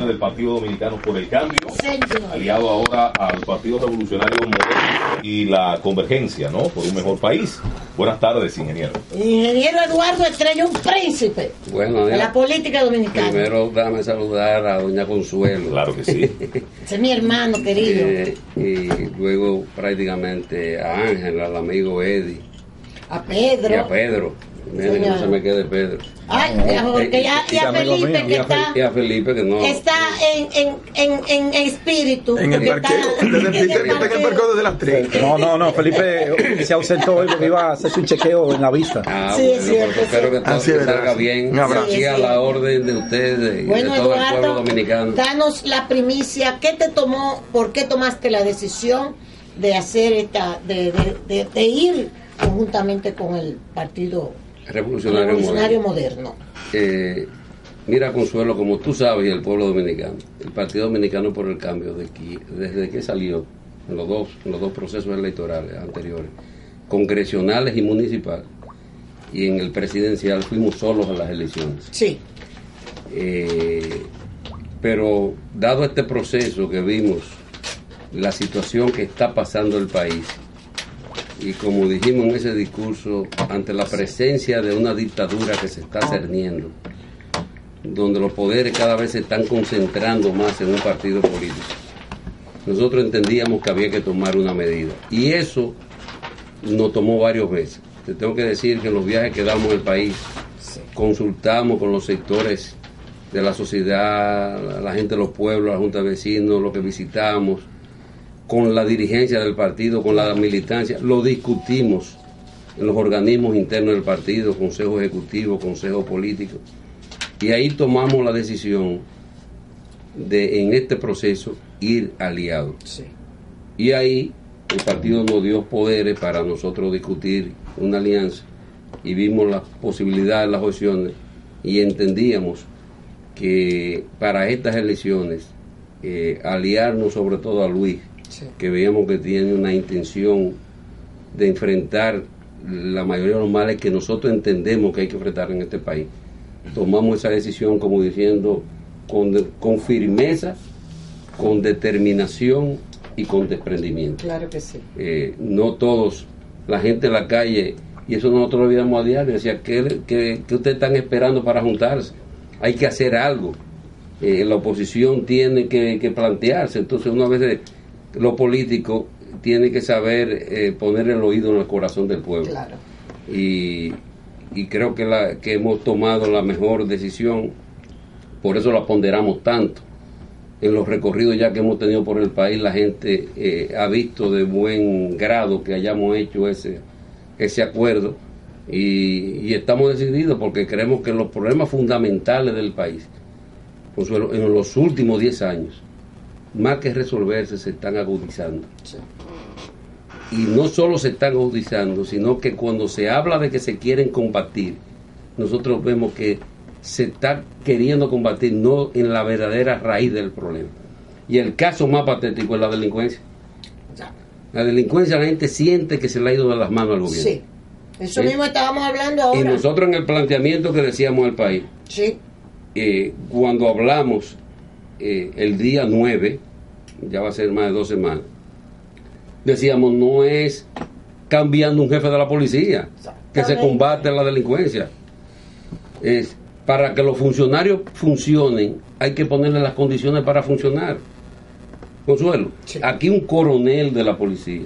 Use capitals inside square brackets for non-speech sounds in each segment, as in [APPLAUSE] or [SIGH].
del Partido Dominicano por el Cambio, Sergio. aliado ahora al Partido Revolucionario Moderno y la convergencia, ¿no? Por un mejor país. Buenas tardes, ingeniero. Ingeniero Eduardo Estrella, un príncipe Bueno, de la ya, política dominicana. primero dame saludar a doña Consuelo. Claro que [LAUGHS] sí. Ese es mi hermano querido. eh, y luego prácticamente a Ángel, al amigo Eddie a y a Pedro. Pedro. Mira, que no se me quede Pedro. Ay, y a Jorge, y a- y a Y también lo Felipe mío, Y que a, Fe- está, y a Felipe que no. está en, en, en, en espíritu. En el que está- Ah, parqueo. Desde en el el principio está en el parqueo. parqueo desde las 3. No, no, no, Felipe eh, se ausentó hoy porque iba a hacerse un chequeo en la vista. Ah, Sí, es bueno, cierto, pues espero que todo Así es, que salga verdad. bien. Un abrazo. Aquí a la orden de ustedes y Bueno, de todo el pueblo Eduardo, dominicano. danos la primicia. ¿Qué te tomó, por qué tomaste la decisión de hacer esta, de, de, de- de ir conjuntamente con el Partido Revolucionario, Revolucionario Moderno? moderno. Eh, mira, Consuelo, como tú sabes, y el pueblo dominicano, el Partido Dominicano por el Cambio, de que- desde que salió en los, dos, en los dos procesos electorales anteriores, congresionales y municipales, y en el presidencial fuimos solos a las elecciones. Sí. Eh, pero dado este proceso que vimos, la situación que está pasando el país, y como dijimos en ese discurso, ante la presencia de una dictadura que se está cerniendo, donde los poderes cada vez se están concentrando más en un partido político, nosotros entendíamos que había que tomar una medida. Y eso nos tomó varios meses. Te tengo que decir que en los viajes que damos al país, consultamos con los sectores de la sociedad, la- la gente de los pueblos, la junta de vecinos, lo que visitamos, con la dirigencia del partido, con la militancia, lo discutimos en los organismos internos del partido, consejo ejecutivo, consejo político, y ahí tomamos la decisión de en este proceso ir aliados. Y ahí el partido nos dio poderes para nosotros discutir una alianza y vimos las posibilidades, las opciones y entendíamos que para estas elecciones eh, aliarnos sobre todo a Luis, que veíamos que tiene una intención de enfrentar la mayoría de los males que nosotros entendemos que hay que enfrentar en este país. Tomamos esa decisión como diciendo con, con firmeza, con determinación y con desprendimiento Claro que sí. eh, no todos, la gente en la calle, y eso nosotros lo veíamos a diario, decía, ¿qué, qué, qué ustedes están esperando para juntarse? Hay que hacer algo. Eh, la oposición tiene que, que plantearse, entonces uno a veces, lo político tiene que saber eh, poner el oído en el corazón del pueblo Claro. y, y creo que, la, que hemos tomado la mejor decisión, por eso la ponderamos tanto. En los recorridos ya que hemos tenido por el país, la gente eh, ha visto de buen grado que hayamos hecho ese, ese acuerdo y, y estamos decididos porque creemos que los problemas fundamentales del país, Consuelo, en los últimos 10 años, más que resolverse, se están agudizando y no solo se están agudizando, sino que cuando se habla de que se quieren combatir, nosotros vemos que se está queriendo combatir no en la verdadera raíz del problema. Y el caso más patético es la delincuencia. La delincuencia la gente siente que se le ha ido de las manos al gobierno. Sí. Eso Sí. mismo estábamos hablando Y ahora. nosotros en el planteamiento que decíamos al país, Sí. eh, cuando hablamos eh, el día 9, ya va a ser más de dos semanas, decíamos, no es cambiando un jefe de la policía que se Exactamente. combate la delincuencia. Es para que los funcionarios funcionen, hay que ponerle las condiciones para funcionar. Consuelo, Sí. aquí un coronel de la policía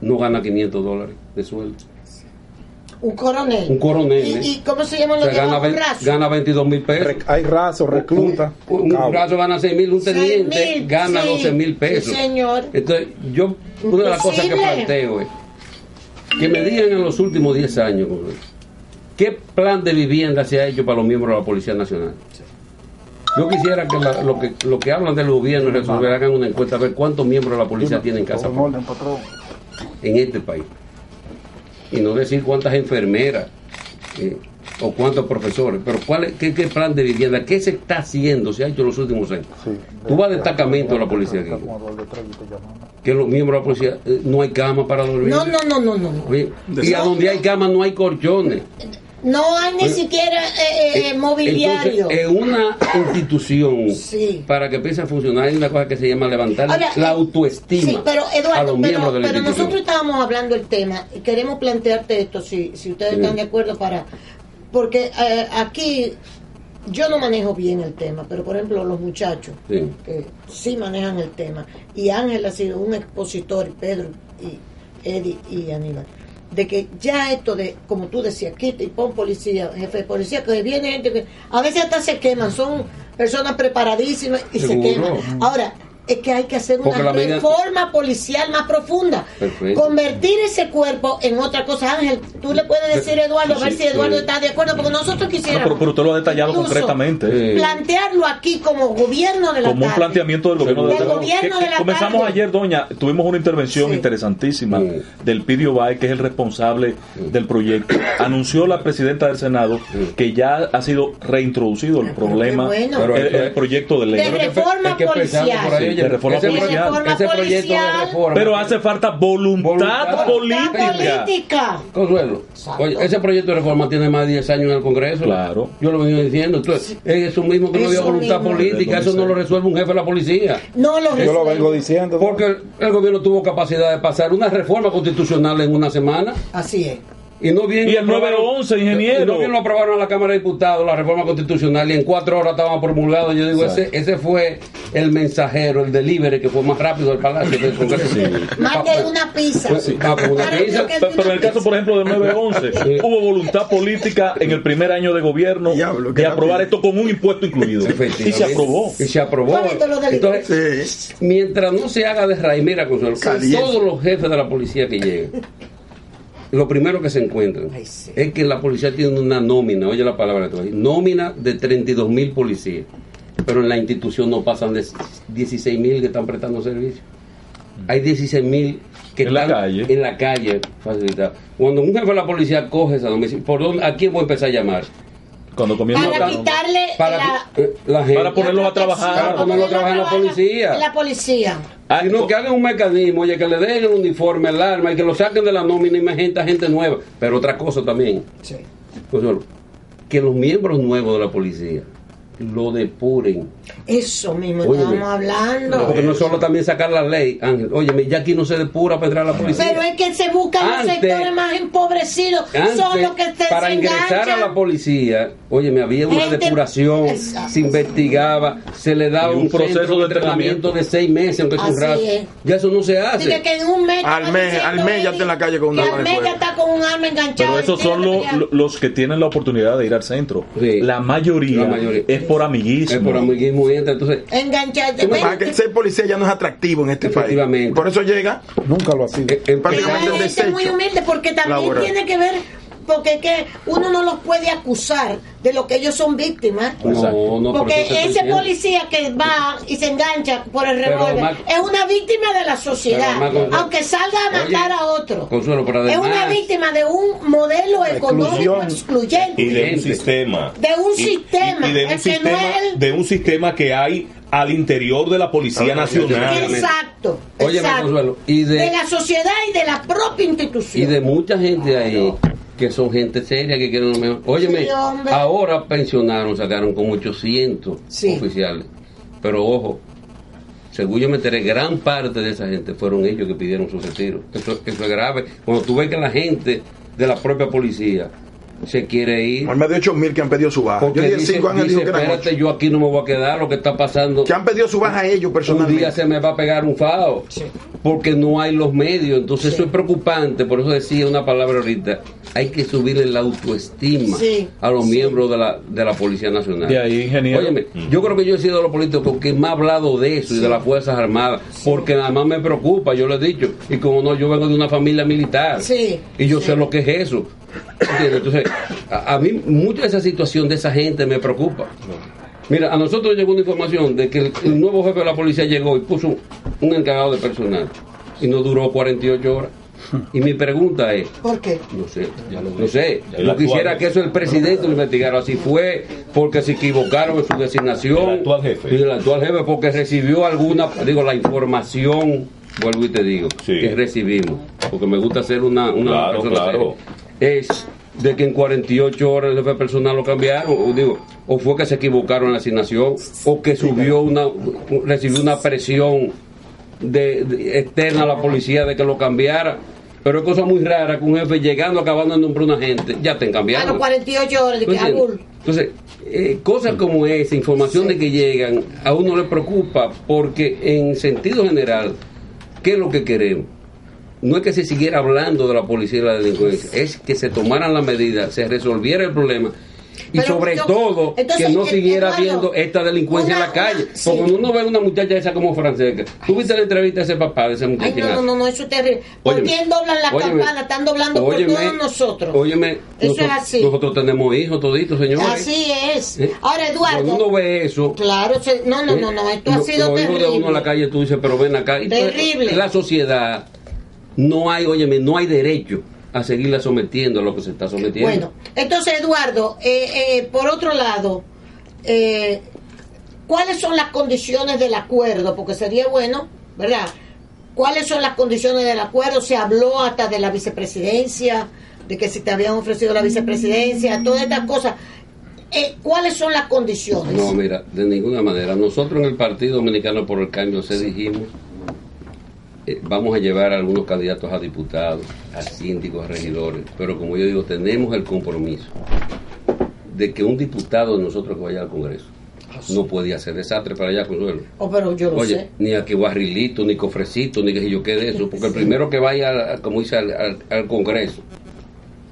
no gana 500 dólares de sueldo. Un coronel. Un coronel, ¿Y, ¿eh? y cómo se llaman O los sea, que gana, bajo ve- brazo? gana 22 mil pesos. Re- Hay raso, recluta. Un, un cabo. brazo gana 6 mil, un Seis teniente mil, gana sí, 12 mil pesos. sí, señor. Entonces, yo, una de las cosas que Imposible. planteo es que me digan en los últimos 10 años, ¿qué plan de vivienda se ha hecho para los miembros de la Policía Nacional? Yo quisiera que la- lo que lo que hablan del gobierno resolver hagan una encuesta a ver cuántos miembros de la policía tienen en casa propia en este país. Y no decir cuántas enfermeras eh, o cuántos profesores, pero cuál es- qué, qué plan de vivienda, qué se está haciendo, se ha hecho en los últimos años. Tú vas a destacamento de la policía aquí, que los miembros de la policía eh, no hay cama para dormir. No, no, no, no, no. no. Oye, y a donde hay cama no hay colchones. No hay ni siquiera eh, eh, eh, mobiliario. Entonces, eh, en una institución Sí. para que empiece a funcionar hay una cosa que se llama levantar Ahora, la eh, autoestima Sí, pero a los Eduardo, miembros pero, de la pero institución. nosotros estábamos hablando del tema y queremos plantearte esto, si, si ustedes Sí. están de acuerdo, para porque eh, aquí yo no manejo bien el tema, pero por ejemplo los muchachos Sí. que sí manejan el tema, y Ángel ha sido un expositor, Pedro y Eddie y Aníbal, de que ya esto de, como tú decías, quita y pon policía, jefe de policía, que viene gente que a veces hasta se queman, son personas preparadísimas y Seguro. se Mm. queman. Ahora, es que hay que hacer Porque la una medida- reforma policial más profunda. Perfecto. Convertir ese cuerpo en otra cosa. Ángel, tú le puedes decir a Eduardo, a ver Sí, si Eduardo sí. está de acuerdo, porque nosotros No, quisiéramos... Ah, pero, pero usted lo ha detallado incluso concretamente. eh, Sí. Plantearlo aquí como gobierno de la Como un tarde. planteamiento del gobierno Del la- gobierno de que- que la Comenzamos tarde. ayer, doña, tuvimos una intervención Sí. interesantísima Sí. del Pidio Bay, que es el responsable del proyecto. Anunció la presidenta del Senado Sí. que ya ha sido reintroducido el Ah, pero problema, qué bueno. el, el proyecto de ley. Pero que- reforma Hay que empezarlo por ahí, policial. oye, De reforma ese proye- policial. ese proyecto de Reforma reforma. Pero hace falta voluntad, Voluntad Voluntad política. política. Consuelo, Exacto. oye, ese proyecto de reforma tiene más de 10 años en el Congreso. Claro. Yo lo venía diciendo. Entonces, es eso mismo que no había Eso voluntad mismo. política. Eso no lo resuelve un jefe de la policía. No lo Yo lo resuelve. vengo diciendo. Porque el, el gobierno tuvo capacidad de pasar una reforma constitucional en una semana. Así [LAUGHS] es. Y no bien. Y el 911, ingeniero. y No bien lo aprobaron en la Cámara de Diputados, la reforma constitucional, y en cuatro horas estaban promulgados. Yo digo, ese, ese fue el mensajero, el delivery que fue más rápido del Palacio del Congreso. Más Pues de una pizza. Sí. Ah, pues una Para pizza. lo que es Pe- Pero en el una caso, por ejemplo, del 911, hubo voluntad política en el primer año de gobierno Diablo, qué de aprobar rápido. esto con un impuesto incluido. Efectivamente. Y se aprobó. Y se aprobó. Bonito lo del- Entonces, Sí. mientras no se haga de raíz, mira, Consuelo, Caliente. todos los jefes de la policía que lleguen, lo primero que se encuentran Ay, sí. es que la policía tiene una nómina, oye la palabra que te voy a decir, nómina de 32 mil policías, pero en la institución no pasan de 16 mil que están prestando servicio. Hay 16 mil que En la están calle. en la calle facilitado. Cuando un jefe de la policía coge esa nómina, ¿por dónde, ¿a quién voy a empezar a llamar? Cuando comienza Para la- quitarle Para la... que, eh, la gente. Para ponerlo a trabajar. Para ponerlo a trabajar en la policía. En la policía. Ah, sino que hagan un mecanismo, oye, que le den el uniforme, el arma, y que lo saquen de la nómina y me gente, gente nueva. Pero otra cosa también, Sí. Consuelo, que los miembros nuevos de la policía lo depuren. Eso mismo Óyeme. estábamos hablando. Porque no es solo también sacar la ley, Ángel. Óyeme, ya aquí no se depura para entrar a la policía. Pero es que se buscan los Antes- sectores más empobrecidos. son Antes, los que se para ingresar a enganchan. la policía, oye, me había una Gente- depuración, Exacto. se investigaba, se le daba Y un un, proceso centro de entrenamiento de seis meses, aunque sea un Así rato. es. Ya eso no se hace. Así que en un mes. Al mes- al mes ya está en la calle con un arma de arma. Al mes fuego. ya está con un arma enganchada. Pero esos son lo- lo- los que tienen la oportunidad de ir al centro. Sí. La, mayoría La mayoría. es por amiguismo. El Eh, amiguismo entra, entonces Enganchada. Tú me Para que ser policía ya no es atractivo en este país. Efectivamente. Por eso llega Nunca lo ha sido. eh, eh, Pero hay prácticamente el gente muy desecho. humilde porque también laboral. tiene que ver porque es que uno no los puede acusar de lo que ellos son víctimas. Pues, No, no, por porque eso se ese entiende. policía que va y se engancha por el Pero revólver además- es una víctima de la sociedad, Pero además, Consuelo- aunque salga a matar Oye, a otro. Consuelo, pero es además- una víctima de un modelo económico exclusión. excluyente. y de un Gente. sistema De un sistema, y de un el que no sistema es el- de un sistema que hay al interior de la policía Ah, nacional Exacto. Óyeme, exacto. Consuelo, y de- la sociedad y de la propia institución. Y de mucha Ah, gente ahí que son gente seria que quieren lo mejor. Óyeme, Sí, hombre. ahora pensionaron, sacaron como 800 Sí. oficiales. Pero ojo, según yo me enteré, gran parte de esa gente fueron ellos que pidieron su retiro. Eso, eso es grave. Cuando tú ves que la gente de la propia policía se quiere ir. Al más de 8 mil que han pedido su baja. Porque Yo dije dice- 5 años dice, dijo que eran espérate, ocho. yo aquí no me voy a quedar, lo que está pasando. Que han pedido su baja ellos un día se personalmente. me va a pegar un fao porque no hay los medios entonces eso es preocupante por eso decía una palabra ahorita hay que subirle la autoestima Sí. a los miembros de la, de la Policía Nacional De ahí, ingeniero. Óyeme, yo creo que yo he sido de los políticos que más ha hablado de eso y de las Fuerzas Armadas porque además me preocupa yo lo he dicho y como no yo vengo de una familia militar Sí. y yo sé lo que es eso ¿Entiendes? entonces a, a mí mucha de esa situación de esa gente me preocupa Mira, a nosotros llegó una información de que el, el nuevo jefe de la policía llegó y puso un encargado de personal y no duró [LAUGHS] 48 horas. Y mi pregunta es, ¿Por qué? no sé, no sé, El yo actual quisiera jefe. que eso el presidente lo investigara, si fue porque se equivocaron en su designación. El actual jefe. Y el actual jefe porque recibió alguna, digo, la información, vuelvo y te digo, Sí. que recibimos, porque me gusta ser una, una Claro, persona claro. seria, es de que en 48 horas el jefe personal lo cambiaron, o digo, o fue que se equivocaron en la asignación, o que subió una, recibió una presión de, de- externa a la policía de que lo cambiara. Pero es cosa muy rara que un jefe llegando, acabando de nombrar una gente, ya te han A cambiado. los 48 horas de ¿Tú que entiendes? Abul. Entonces, eh, cosas como esa, información de que llegan, a uno le preocupa porque en sentido general, ¿qué es lo que queremos? No es que se siguiera hablando de la policía y la delincuencia, es que se tomaran las medidas, se resolviera el problema y Pero sobre yo- todo entonces, que no eh, siguiera Eduardo, viendo esta delincuencia una- en la calle. una- sí. Porque cuando uno ve una muchacha esa como Francesca, tú viste la entrevista de ese papá, de esa muchacha. Ay, no, no, no, no, eso es terrible. ¿Por Óyeme, quién doblan la óyeme, campana? Están doblando óyeme, por todos nosotros. Óyeme, Eso nosotros, es así. Nosotros tenemos hijos toditos, señores. Así es. ¿Eh? Ahora, Cuando uno Eduardo. ve eso. Claro, se- no, no, no, no, esto ha lo- sido los hijos de uno en terrible. la calle, tú dices, pero ven acá. Y tú- Terrible. La sociedad, no hay, óyeme, no hay derecho a seguirla sometiendo a lo que se está sometiendo. Bueno, entonces, Eduardo, eh, eh, por otro lado, eh, ¿cuáles son las condiciones del acuerdo? Porque sería bueno, ¿verdad? ¿Cuáles son las condiciones del acuerdo? Se habló hasta de la vicepresidencia, de que si te habían ofrecido la vicepresidencia, todas estas cosas. Eh, ¿Cuáles son las condiciones? No, mira, de ninguna manera. Nosotros en el Partido Dominicano por el Cambio se dijimos, eh, vamos a llevar a algunos candidatos a diputados, a síndicos, a regidores, pero como yo digo, tenemos el compromiso de que un diputado de nosotros que vaya al Congreso no puede hacer desastre para allá, Consuelo. Oh, Ah, pero yo lo Oye, sé. ni a que barrilito, ni cofrecito, ni que si yo qué de eso, porque el primero que vaya, al- como dice, al, al- al Congreso,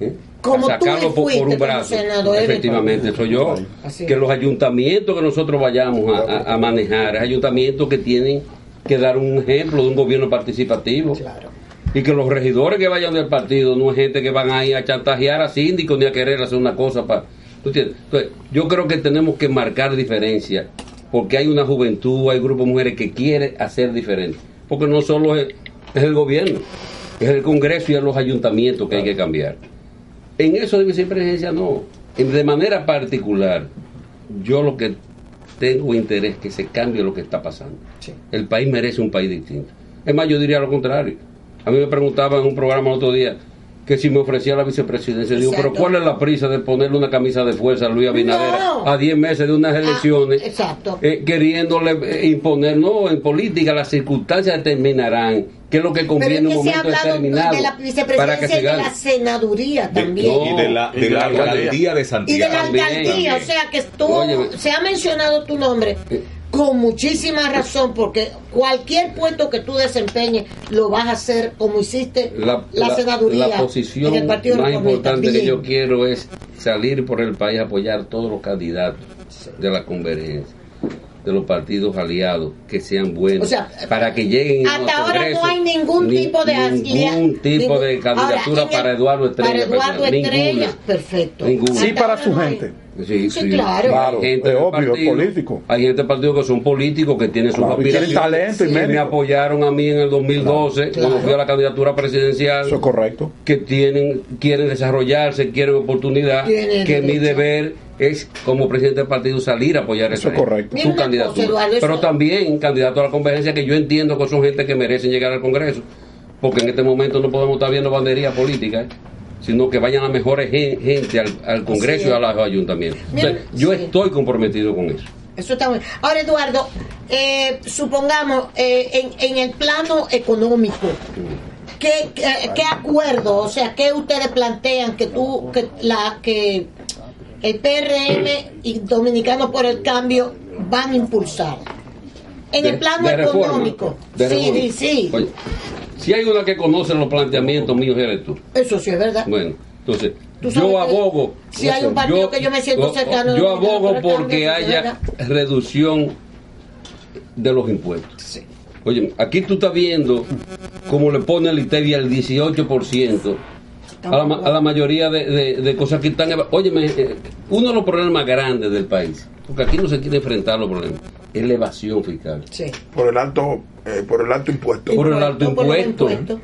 ¿eh? Como a sacarlo tú por, por fuiste un como brazo, senador, eres efectivamente, soy yo, Así. que los ayuntamientos que nosotros vayamos a, a- a manejar, es ayuntamientos que tienen que dar un ejemplo de un gobierno participativo. Claro. Y que los regidores que vayan del partido no es gente que van a ir a chantajear a síndicos ni a querer hacer una cosa para... ¿Tú entiendes? Entonces, yo creo que tenemos que marcar diferencia, porque hay una juventud, hay grupos de mujeres que quiere hacer diferente, porque no solo es, es el gobierno, es el Congreso y es los ayuntamientos que hay que cambiar. En eso de vicepresidencia no, En- de manera particular, yo lo que tengo interés es que se cambie lo que está pasando. El país merece un país distinto. Es más, yo diría lo contrario. A mí me preguntaban en un programa el otro día que si me ofrecía la vicepresidencia. Digo, Exacto. pero ¿cuál es la prisa de ponerle una camisa de fuerza a Luis Abinader No. Ah, a 10 meses de unas elecciones? exacto. eh, queriéndole eh, imponer, no, en política las circunstancias determinarán qué es lo que Pero conviene es en un que se ha momento hablado determinado de la para vicepresidencia que se y de gane. la senaduría De- también. y de la, de la alcaldía de Y de la Santiago. También, alcaldía, también. o sea que tú, Óyeme. se ha mencionado tu nombre Eh. con muchísima razón, porque cualquier puesto que tú desempeñes lo vas a hacer como hiciste la, senaduría la posición en el Partido más Reformista. importante que Bien. yo quiero es salir por el país a apoyar todos los candidatos de la convergencia de los partidos aliados que sean buenos O sea, para que lleguen hasta al ahora Congreso. no hay ningún Ni- tipo de ningún tipo de ningún- ahora, candidatura en el- para Eduardo Estrella para Eduardo por ejemplo. Estrella, Ninguna. perfecto Ninguna. Sí, Hasta para ahora su no hay. gente. Sí, Sí, claro. Claro, Hay gente es del obvio, es político. Hay gente del partido que son políticos, que tienen sus Claro, y tienen aspiraciones. talento y que mérito. me apoyaron a mí en el 2012, cuando fui a la candidatura presidencial Eso es correcto. que tienen, quieren desarrollarse, quieren oportunidad, Tienen que mi derecho. deber es como presidente del partido salir a apoyar esa Eso es gente, correcto. Mira su una cosa, candidatura. Eduardo, eso- Pero también candidato a la convergencia que yo entiendo que son gente que merecen llegar al Congreso, porque en este momento no podemos estar viendo bandería política, ¿eh? sino que vayan las mejores gen- gente al, al Congreso es. y a los ayuntamientos. Mira, Entonces, yo sí. estoy comprometido con eso. Eso está muy- Ahora, Eduardo, eh, supongamos, eh, en, en el plano económico, ¿qué, qué, qué acuerdo, o sea, qué ustedes plantean que tú, que, la, que el PRM y Dominicanos por el Cambio van a impulsar? En De- el plano de reforma, económico. de sí, reforma. sí, sí. Oye, si hay una que conoce los planteamientos míos, eres tú. Eso sí es verdad. Bueno, entonces, Tú sabes yo que abogo. si hay un partido que yo me siento cercano, Yo no me abogo quiero tratar porque de haya reducción de los impuestos. Oye, aquí tú estás viendo cómo le pone el ITEVI al 18% a la, ma- a la mayoría de, de- de cosas que están... eva- Óyeme, eh, uno de los problemas grandes del país, porque aquí no se quiere enfrentar los problemas, es la evasión fiscal. Sí. Por el alto, eh, por el alto impuesto. Por el alto por los impuesto. impuestos.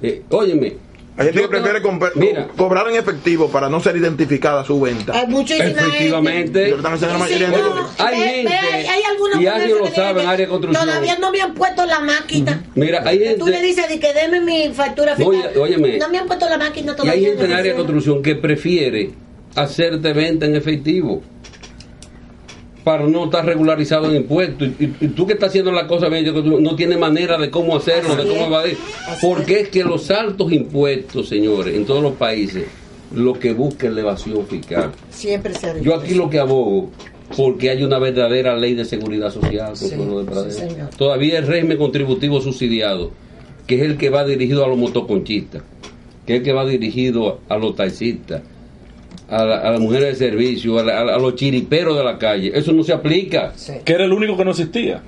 Eh, óyeme. Hay yo gente que prefiere tengo- compra- Mira, co- cobrar en efectivo para no ser identificada su venta. Hay muchísima gente- efectivamente... Pero también se da la mayoría de Sí, gente- no, Hay ve- gente, ve, hay, hay algunos y Ario lo comercios que sabe, tienen- en área de construcción. Todavía no me han puesto la máquina. Mira, hay Que Tú le gente, dices de que deme mi factura No, final. oye- óyeme. no me han puesto la máquina y todavía. hay gente en no área de sé. construcción que prefiere hacerte venta en efectivo para no estar regularizado en impuestos. Y, y- y tú que estás haciendo la cosa bien, yo creo que tú no tienes manera de cómo hacerlo, Así de cómo es. evadir. Así Porque es que los altos impuestos, señores, en todos los países, lo que busca es la evasión fiscal. Siempre se ha dicho Yo aquí lo que abogo, porque hay una verdadera ley de seguridad social, Sí, consuelo de Pradera. sí, señor. todavía el régimen contributivo subsidiado, que es el que va dirigido a los motoconchistas, que es el que va dirigido a los taxistas, a, la- a las mujeres de servicio, a, la- a la- a los chiriperos de la calle, eso no se aplica, eso. Sí. que era el único que no existía.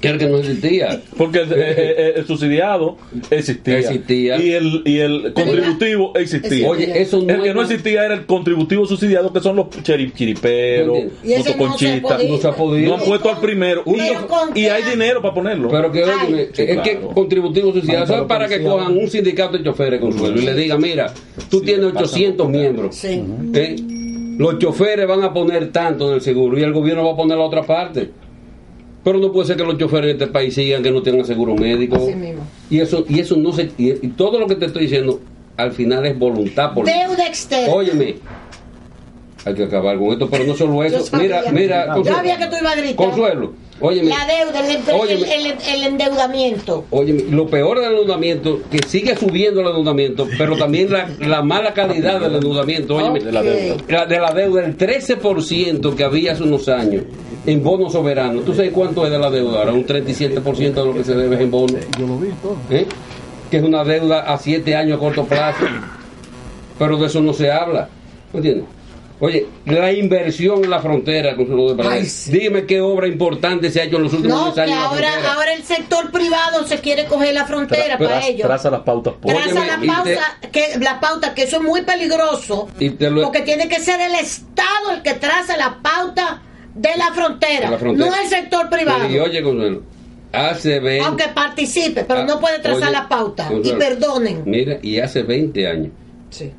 que es el que no existía. Porque el, eh, eh, el subsidiado existía. Existía. Y el, y el contributivo existía. Oye, eso no el que es- no existía era el contributivo subsidiado, que son los cheri- chiriperos, Y ese no se ha motoconchistas. podido. no se ha podido. No han puesto al primero. Pero Y- con y hay qué- dinero para ponerlo. Pero que, Ay. oye, Sí, es que claro. contributivo social, eso es para que cojan un sindicato de choferes, Consuelo, y le digan, mira, tú Sí, tienes pasan 800 por acá. miembros. Sí. ¿eh? Los choferes van a poner tanto en el seguro y el gobierno va a poner la otra parte. Pero no puede ser que los choferes de este país sigan que no tengan seguro médico. Así mismo. Y eso, y eso no se. Y, y todo lo que te estoy diciendo al final es voluntad política. Deuda externa. Óyeme. Hay que acabar con esto, pero no solo Yo eso. sabía. Mira, mira, Yo sabía que tú ibas a gritar. Consuelo, óyeme. La deuda, el, empre- Óyeme. el- el- el endeudamiento. Oye, lo peor del endeudamiento, que sigue subiendo el endeudamiento, pero también la, la mala calidad del endeudamiento, oye, De la deuda. la- de la deuda, el 13% que había hace unos años en bono soberano. ¿Tú sabes cuánto es de la deuda ahora? Un 37% de lo que se debe es en bono. Yo lo vi todo. Que es una deuda a 7 años a corto plazo. Pero de eso no se habla. ¿No entiendes? Oye, la inversión en la frontera, Consuelo de Pradera. Ay, sí. Dime qué obra importante se ha hecho en los últimos No, diez que años. en la ahora, frontera. ahora el sector privado se quiere coger la frontera Tra- para tra- ellos. Traza las pautas por. Tra- Traza la Óyeme, y te- pauta, que, la pauta, que eso es muy peligroso, Y te lo- porque tiene que ser el Estado el que traza la pauta de la frontera, De la frontera. no el sector privado. Y oye, Consuelo, hace 20... aunque participe, pero no puede trazar Oye, la pauta. Consuelo, y perdonen. Mira, y hace 20 años, Sí.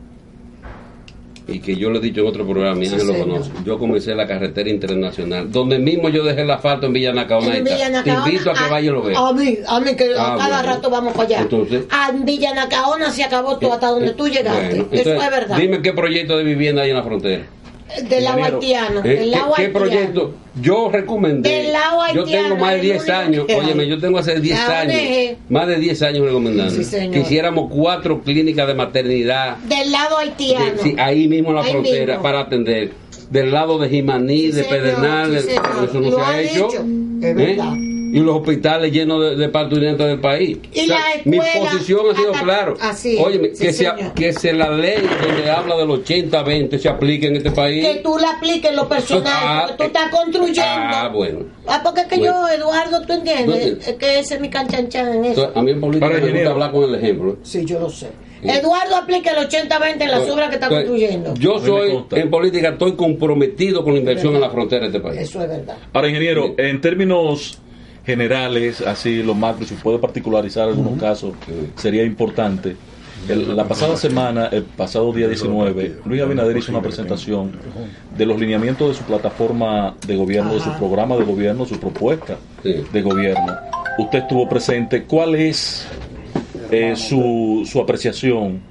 y que yo lo he dicho en otro programa, mi Sí, ángel lo señor. conoce, yo comencé la carretera internacional, donde mismo yo dejé el asfalto en Villa Nacaona. En Villa ah, Te Nacaona, invito a que vaya y A lo vea. mí, a mí que Ah, a cada bueno. rato vamos para allá. Entonces- eh, a Villa Nacaona se acabó todo hasta donde tú llegaste. Bueno, eso entonces, es verdad. Dime qué proyecto de vivienda hay en la frontera. del agua Ingeniero, haitiana. Eh, del ¿qué- agua ¿Qué, haitiana. proyecto? Yo recomendé. Del lado Yo haitiano, tengo más de el 10 único años. que hay. Óyeme, yo tengo hace 10 La años. ONG. Más de 10 años recomendando. Sí, señor. que hiciéramos cuatro clínicas de maternidad. Del lado haitiano. Sí, ahí mismo en la Ahí frontera mismo. para atender. Del lado de Jimaní, Sí, de señor, Pedernales, sí, señor. eso no Lo se han ha hecho. ¿Eh? hecho, es verdad. Y los hospitales llenos de, de parturientes del país. Y las mi escuelas posición ha sido atac- clara. así es, Óyeme, sí, que, se, señor. que se la ley donde habla del 80-20 se aplique en este país. que tú la apliques en lo personal, Ah, porque tú eh, estás construyendo. ah, bueno. Ah, porque es que Bueno. yo, Eduardo, tú entiendes, Entonces- es que ese es mi canchanchan en eso. Entonces, a mí en política Ahora, me gusta ingeniero. hablar con el ejemplo. sí, yo lo sé. Sí. Eduardo aplica el 80-20 en las obras que está Entonces, construyendo. Yo me soy, consta. en política, estoy comprometido con la inversión en la frontera de este país. Eso es verdad. Ahora, ingeniero, en términos generales, así lo macro, si puede particularizar algunos casos, sería importante. El- la pasada semana, el pasado día 19, Luis Abinader hizo una presentación de los lineamientos de su plataforma de gobierno, de su Ajá. programa de gobierno, su propuesta Sí. de gobierno. Usted estuvo presente. ¿Cuál es eh, su, su apreciación?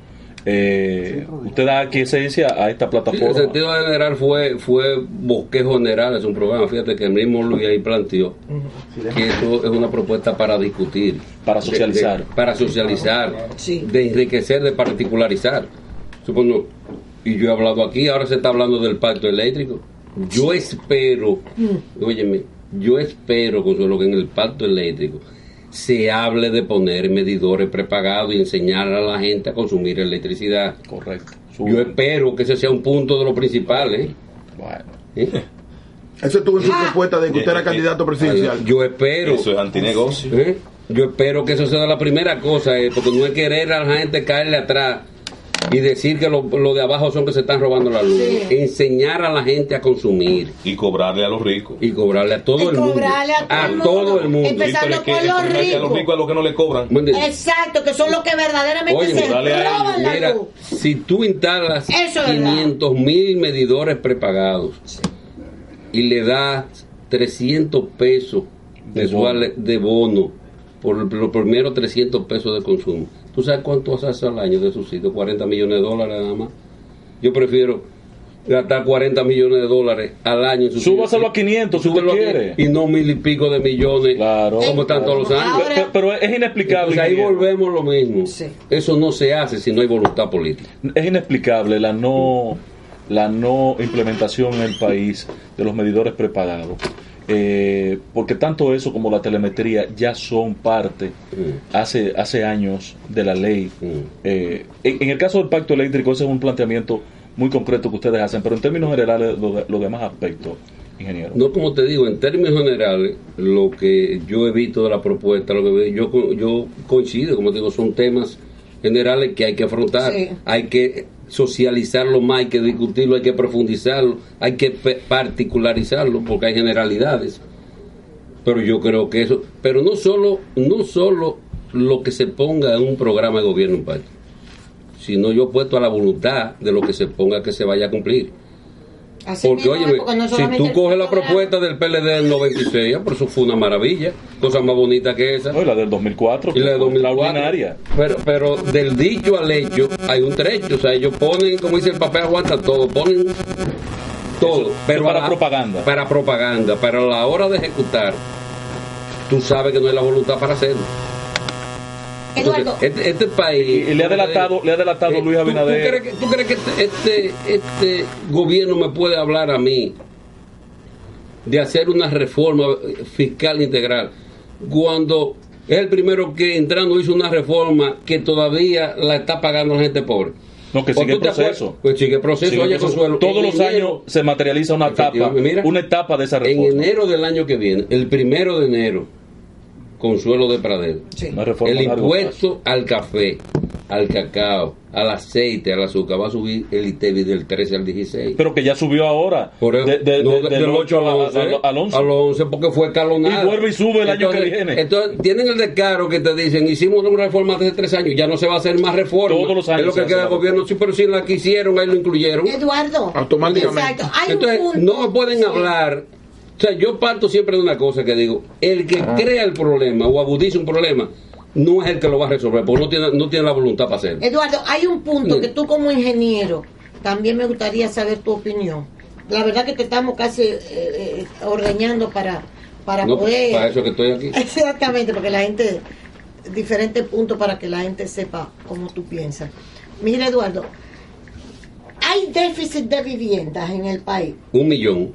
Eh, ¿Usted da aquiescencia a esta Sí, el plataforma? sentido general fue, fue bosquejo general, es un programa, fíjate que el mismo Luis ahí planteó que eso es una propuesta para discutir, Para de- socializar. de- para socializar, Sí. de enriquecer, de particularizar. Supongo, y yo he hablado aquí, ahora se está hablando del pacto eléctrico. Yo espero, óyeme, yo espero, Consuelo, que en el pacto eléctrico se hable de poner medidores prepagados y enseñar a la gente a consumir electricidad. Correcto. Su- Yo espero que ese sea un punto de lo principal, ¿eh? bueno. [LAUGHS] ¿Eh? Eso estuvo en su Ah. propuesta de que usted era Eh, eh, candidato presidencial. Yo espero. Eso es antinegocio. ¿eh? Yo espero que eso sea la primera cosa, ¿eh? porque no es querer a la gente caerle atrás y decir que lo, lo de abajo son que se están robando la luz. Sí. Enseñar a la gente a consumir Y cobrarle a los ricos. y cobrarle a todo Y el mundo. cobrarle a todo el mundo. todo el mundo. Empezar- Empezando Pero es que por el los problema es que a los ricos. ricos es lo que no le cobran. Bueno, Exacto, que son los que verdaderamente Oye, se dale a ellos, roban la Mira, luz. si tú instalas Eso es 500 mil medidores prepagados y le das 300 pesos De mensuales de bono por los primeros 300 pesos de consumo, ¿tú sabes cuánto haces al año de subsidio? 40 millones de dólares nada más. Yo prefiero gastar 40 millones de dólares al año en subsidio. Súbaselo a 500 si usted Súbelo a quiere. 500 Y no mil y pico de millones Claro. como están todos los años. Ahora- Pe- Pero es inexplicable. Entonces, ahí ingeniero. volvemos a lo mismo. Sí. Eso no se hace si no hay voluntad política. Es inexplicable la no la no implementación en el país de los medidores prepagados. Eh, porque tanto eso como la telemetría ya son parte Mm. hace, hace años de la ley. Mm. Eh, en, en el caso del pacto eléctrico, ese es un planteamiento muy concreto que ustedes hacen, pero en términos generales, lo de- los demás aspectos, ingeniero. No, como te digo, en términos generales, lo que yo he visto de la propuesta, lo que ve- yo, co- yo coincido, como te digo, son temas generales que hay que afrontar, Sí. hay que socializarlo más, hay que discutirlo, hay que profundizarlo, hay que pe- particularizarlo, porque hay generalidades. Pero yo creo que eso, pero no solo, no solo lo que se ponga en un programa de gobierno en país, sino yo puesto a la voluntad de lo que se ponga que se vaya a cumplir. Así Porque, mismo es, oye, porque no si solamente tú el coges la programa- propuesta del PLD del 96, ah, por eso fue una maravilla, cosa más bonita que esa. No, y la del 2004, Y la de que fue 2004. extraordinaria. Pero, pero del dicho al hecho hay un trecho. O sea, ellos ponen, como dice el papel, aguanta todo, ponen todo. Eso- pero eso para a la- propaganda. Para propaganda. Pero a la hora de ejecutar, tú sabes que no hay la voluntad para hacerlo. Entonces, Eduardo, este, este país. Y- y le ha delatado- le ha delatado Luis eh, ¿tú- Abinader. ¿Tú, crees que, tú crees que este, este, este gobierno me puede hablar a mí de hacer una reforma fiscal integral cuando es el primero que entrando hizo una reforma que todavía la está pagando la gente pobre? No, que ¿O sigue tú el te acuerdas? proceso. Pues sigue el proceso, Sigue el oye, proceso. Consuelo, Todos en los enero- años se materializa una etapa, Efectivamente, mira, una etapa de esa reforma. En enero del año que viene, el primero de enero, Consuelo de Pradero. sí. Una reforma El a largo impuesto al café, al cacao, al aceite, al azúcar va a subir el ITEVI del 13 al 16. pero que ya subió ahora Por el- de- de- no, de- de- del 8 al 11, al 11. al 11, porque fue escalonado. Y vuelve y sube el año que viene. Entonces, tienen el descaro que te dicen, hicimos una reforma hace tres años, ya no se va a hacer más reforma. Todos los años Es lo se que hace queda la el gobierno, sí, pero si la que hicieron, ahí lo incluyeron. Eduardo. Automáticamente. Exacto. Hay Entonces, un punto. no pueden Sí. hablar. O sea, yo parto siempre de una cosa que digo: el que crea el problema o agudiza un problema no es el que lo va a resolver, porque no tiene, no tiene la voluntad para hacerlo. Eduardo, hay un punto Sí. que tú como ingeniero también me gustaría saber tu opinión. La verdad que te estamos casi eh, eh, ordeñando para, para No, pues, poder... para [LAUGHS] eso que estoy aquí. Exactamente, porque la gente, diferentes puntos para que la gente sepa cómo tú piensas. Mira, Eduardo, hay déficit de viviendas en el país, Un millón,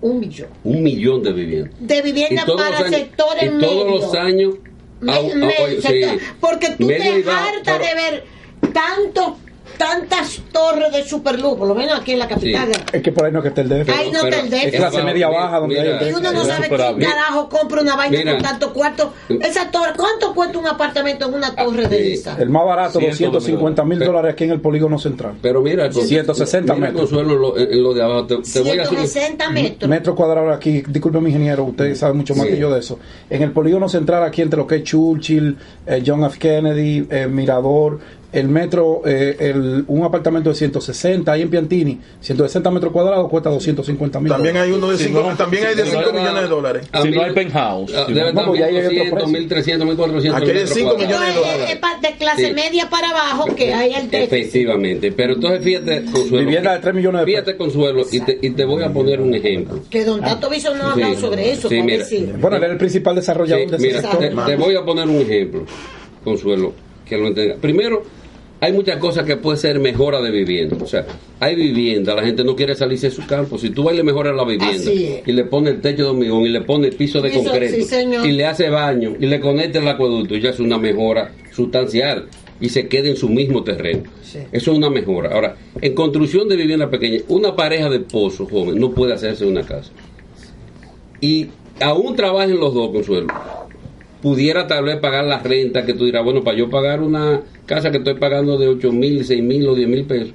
un millón. un millón de viviendas. De Y viviendas todos para los años, sectores y todos medios. los años Me- au- au- me- Ah, oye, sector- sí. porque tú Medio y te bajo, hartas pero- de ver tantos tantas torres de superlujo, por lo menos aquí en la capital. Sí. Es que por ahí no es que esté el DF. Ahí no está el pero- déficit. Es clase Bueno, media mira, baja donde hay el mira, Y uno no Es sabe quién insuperable. carajo compra una vaina Mira. con tantos cuartos. Esa torre, ¿cuánto cuesta un apartamento en una torre de Ah, sí. esa? El más barato, 250 250 mil dólares aquí en el polígono central. Pero mira, con- 160 mira, metros. Consuelo, en lo, en lo de abajo. Te, te voy a hacer. 160 metros. Metro cuadrado aquí, disculpe mi ingeniero, usted sabe mucho más Sí. que yo de eso. En el polígono central, aquí entre lo que es Churchill, eh, John F. Kennedy, eh, Mirador, el metro, eh, el- un apartamento de 160, ahí en Piantini, 160 metros cuadrados cuesta 250 mil También hay uno de 5 no, también hay de si no 5 era- millones de dólares. a Si no mí- hay penthouse, a- si Debe no- estar No, pues ya hay otro 1200, precio. 1300, 1400. Aquí hay metros cinco cuadrados. millones Entonces, de dólares. es, es pa- de clase Sí. Este. media para abajo que hay el déficit. Efectivamente, pero entonces fíjate, Consuelo. Vivienda de tres millones de Fíjate, Consuelo, y te, y te voy a poner un ejemplo. Que don Tato Viso no ha hablado Ah. Sí. sobre eso. Sí, para mira. ver si- Bueno, él era el principal desarrollador Sí, de ese mira, eh, sector. te, te voy a poner un ejemplo, Consuelo, que lo entienda. Primero, hay muchas cosas que puede ser mejora de vivienda. O sea, hay vivienda, la gente no quiere salirse de su campo. Si tú vas y le mejoras la vivienda Así es. y le pones el techo de hormigón y le pones el piso de Piso, concreto sí, señor. y le hace baño y le conecta el acueducto, ya es una mejora sustancial y se queda en su mismo terreno. Sí. Eso es una mejora. Ahora, en construcción de vivienda pequeña, una pareja de esposos joven no puede hacerse una casa y aún trabajen los dos, Consuelo, pudiera tal vez pagar la renta que tú dirás, bueno, para yo pagar una casa que estoy pagando de 8 mil, 6 mil o 10 mil pesos,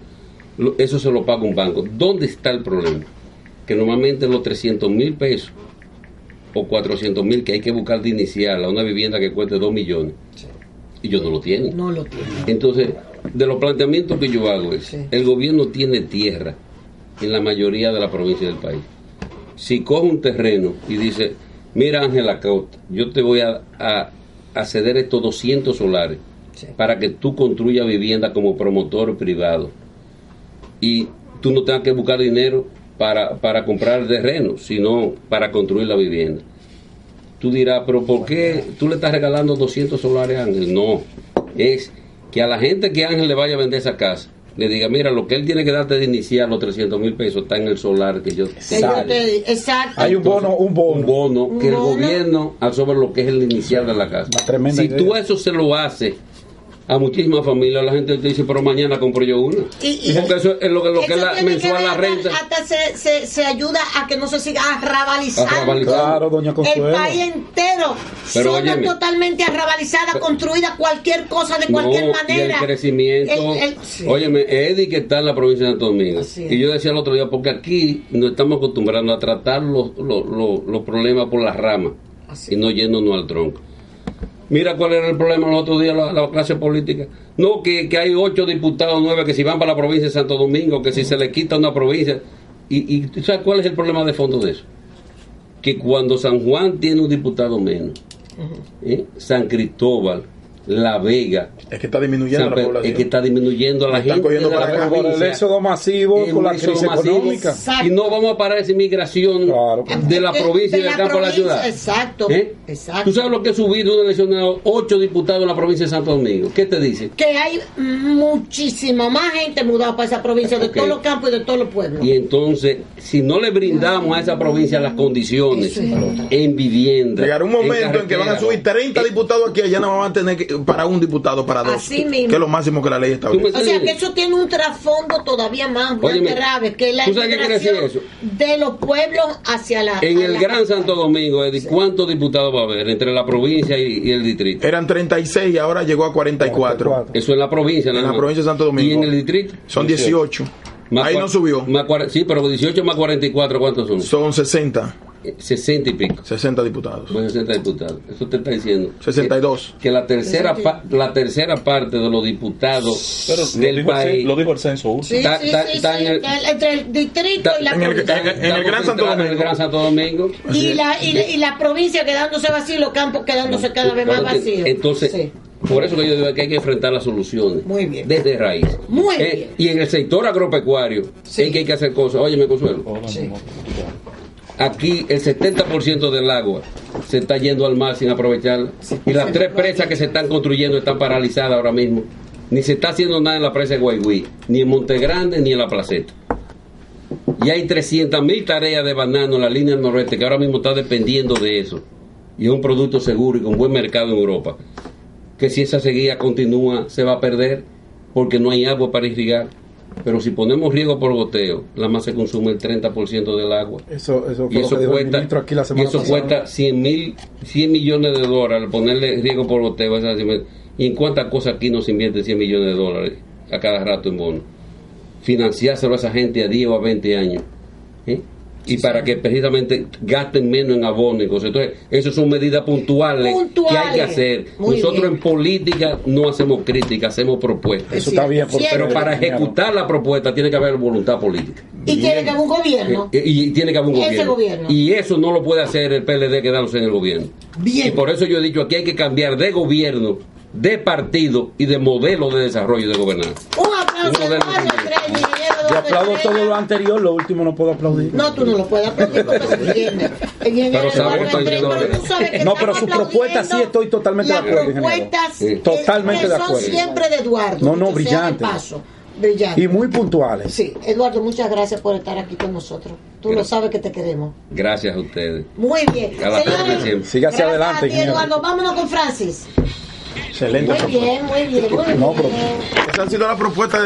lo- eso se lo paga un banco. ¿Dónde está el problema? Que normalmente los 300 mil pesos o 400 mil que hay que buscar de inicial a una vivienda que cueste 2 millones, y yo no lo tienen. No lo tiene. Entonces, de los planteamientos que yo hago es, Sí. el gobierno tiene tierra en la mayoría de la provincia del país. Si coge un terreno y dice, mira Ángela Costa, yo te voy a, a- a ceder estos 200 solares Sí. para que tú construyas vivienda como promotor privado y tú no tengas que buscar dinero para, para comprar el terreno, sino para construir la vivienda. Tú dirás, pero ¿por qué tú le estás regalando 200 solares a Ángel? No, es que a la gente que Ángel le vaya a vender esa casa, le diga, mira, lo que él tiene que darte de iniciar los 300 mil pesos está en el solar que yo... Que yo te di- Exacto. Hay un bono, un bono. Un bono Un que el bono. gobierno absorbe lo que es el inicial de la casa. Una tremenda si idea. tú eso se lo haces a muchísimas familias, la gente te dice, pero mañana compro yo una. Y- y- Porque eso es lo que, lo que es Eso la tiene que mensual ver la hasta- renta. Hasta se, se, se ayuda a que no se siga arrabalizando. Arrabalizando. Claro, doña Consuelo. El país entero, Pero zona óyeme. totalmente arrabalizada, Pero- construida cualquier cosa de No, cualquier y el manera. crecimiento. El- el- sí. Óyeme, Eddie que está en la provincia de Santo Domingo. Así es. Y yo decía el otro día, porque aquí nos estamos acostumbrando a tratar los, los, los- los problemas por las ramas Así y no yéndonos al tronco. Mira cuál era el problema los otros días la, la clase política. No, que, que hay ocho diputados, nueve que si van para la provincia de Santo Domingo, que si se le quita una provincia. ¿Y, y tú sabes cuál es el problema de fondo de eso? Que cuando San Juan tiene un diputado menos, ¿eh? San Cristóbal, La Vega, Es que está disminuyendo San la Pedro, población. pues, Es que está disminuyendo la Están gente cogiendo de la para acá. Por el provincia. éxodo masivo, Es con la un éxodo crisis masivo. económica. Exacto. Y no vamos a parar esa inmigración Claro, claro. de la De- provincia y Eh, de la del campo a la provincia, ciudad. exacto, ¿Eh? exacto. ¿Tú sabes lo que ha subido una elección de ocho diputados en la provincia de Santo Domingo? ¿Qué te dice? Que hay muchísima más gente mudada para esa provincia, de Ok. todos los campos y de todos los pueblos. Y entonces, si no le brindamos a esa provincia las condiciones Eso es verdad. en vivienda, Llegará un momento en, que van a subir Eh, 30 diputados aquí, allá no van a tener que, para un diputado, para dos. Así mismo. Que es lo máximo que la ley Tú me establece. O sea que eso tiene un trasfondo todavía más más Óyeme, grave que la ¿tú sabes qué quiere decir migración de los pueblos hacia la En a el la- Gran Santo Domingo, Eddie, ¿cuántos diputados va a haber entre la provincia y, y el distrito? Eran 36 y ahora llegó a 44. 44. Eso en la provincia, En nada la más. provincia de Santo ¿Y Domingo. en el distrito? Son 18. Más Ahí cua- no subió. más cuar- sí, pero 18 más 44, ¿cuántos son? Son 60. Eh, 60 y pico. 60 diputados. Bueno, 60 diputados. Eso te está diciendo. 62. Que, que la, tercera pa- la tercera parte de los diputados Pero del lo, dijo el, país. cen- lo dijo el censo uno. Sí, Está- sí, está- sí, está sí, en el- está entre el distrito está- y la en el- provincia. en- en el Gran Santo concentrados en el Domingo. Gran Santo Domingo. y, la, y, la, y la provincia quedándose vacía y los campos quedándose cada vez más Entonces, vacíos. Entonces, Sí. por eso que yo digo que hay que enfrentar las soluciones. Muy bien. Desde raíz. Muy Eh, bien. Y en el sector agropecuario Sí. es que hay que hacer cosas. Oye, me consuelo. Aquí el 70% del agua se está yendo al mar sin aprovecharla. Y las tres presas que se están construyendo están paralizadas ahora mismo. Ni se está haciendo nada en la presa de Guayguí, ni en Montegrande, ni en la Placeta. Y hay 300.000 tareas de banano en la línea del noreste que ahora mismo está dependiendo de eso. Y es un producto seguro y con buen mercado en Europa. Que si esa sequía continúa, se va a perder porque no hay agua para irrigar. Pero si ponemos riego por goteo, la más se consume el 30% del agua. Eso, Y eso fue lo que eso dijo el cuesta, ministro aquí la y semana eso pasada. cuesta 100, mil, 100 millones de dólares ponerle riego por goteo. esas 100 mil. ¿Y en cuántas cosas aquí nos invierten 100 millones de dólares a cada rato en bono? Financiárselo a esa gente a 10 o a 20 años. ¿eh? Y para que precisamente gasten menos en abono y cosas. Entonces, esas son medidas puntuales, que hay que Puntuales. hacer. Muy Nosotros bien. en política no hacemos crítica, hacemos propuestas. Eso está bien, porque- Pero Siempre. para ejecutar la propuesta tiene que haber voluntad política. y tiene que haber un gobierno. Eh, Y, y tiene que haber un Ese gobierno. gobierno. Y eso no lo puede hacer el PLD quedándose en el gobierno. Bien. Y por eso yo he dicho aquí hay que cambiar de gobierno, de partido y de modelo de desarrollo de gobernanza. Un aplauso, Un modelo Eduardo primero. Estrella, ingeniero Yo Eduardo aplaudo Estrella. todo lo anterior, lo último no puedo aplaudir. No, tú no lo puedes aplaudir porque se entiende. Ingeniero Pero sabemos Eduardo Estrella, que- pero tú sabes que No, pero estamos su propuesta aplaudiendo sí estoy totalmente de acuerdo, Las ingeniero. propuestas Sí. que- Totalmente que de son acuerdo. siempre de Eduardo. No, no, dicho sea de brillante. paso, brillante. Y muy puntuales. Sí, Eduardo, muchas gracias por estar aquí con nosotros. Tú lo Gracias. sabes que te queremos. Gracias a ustedes. Muy bien. A la orden Señores, siempre. Siga hacia gracias adelante, a ti, ingeniero. Eduardo, vámonos con Francis. Excelente. Muy bien, muy bien, muy bien. No, pero- Esa ha sido la propuesta de.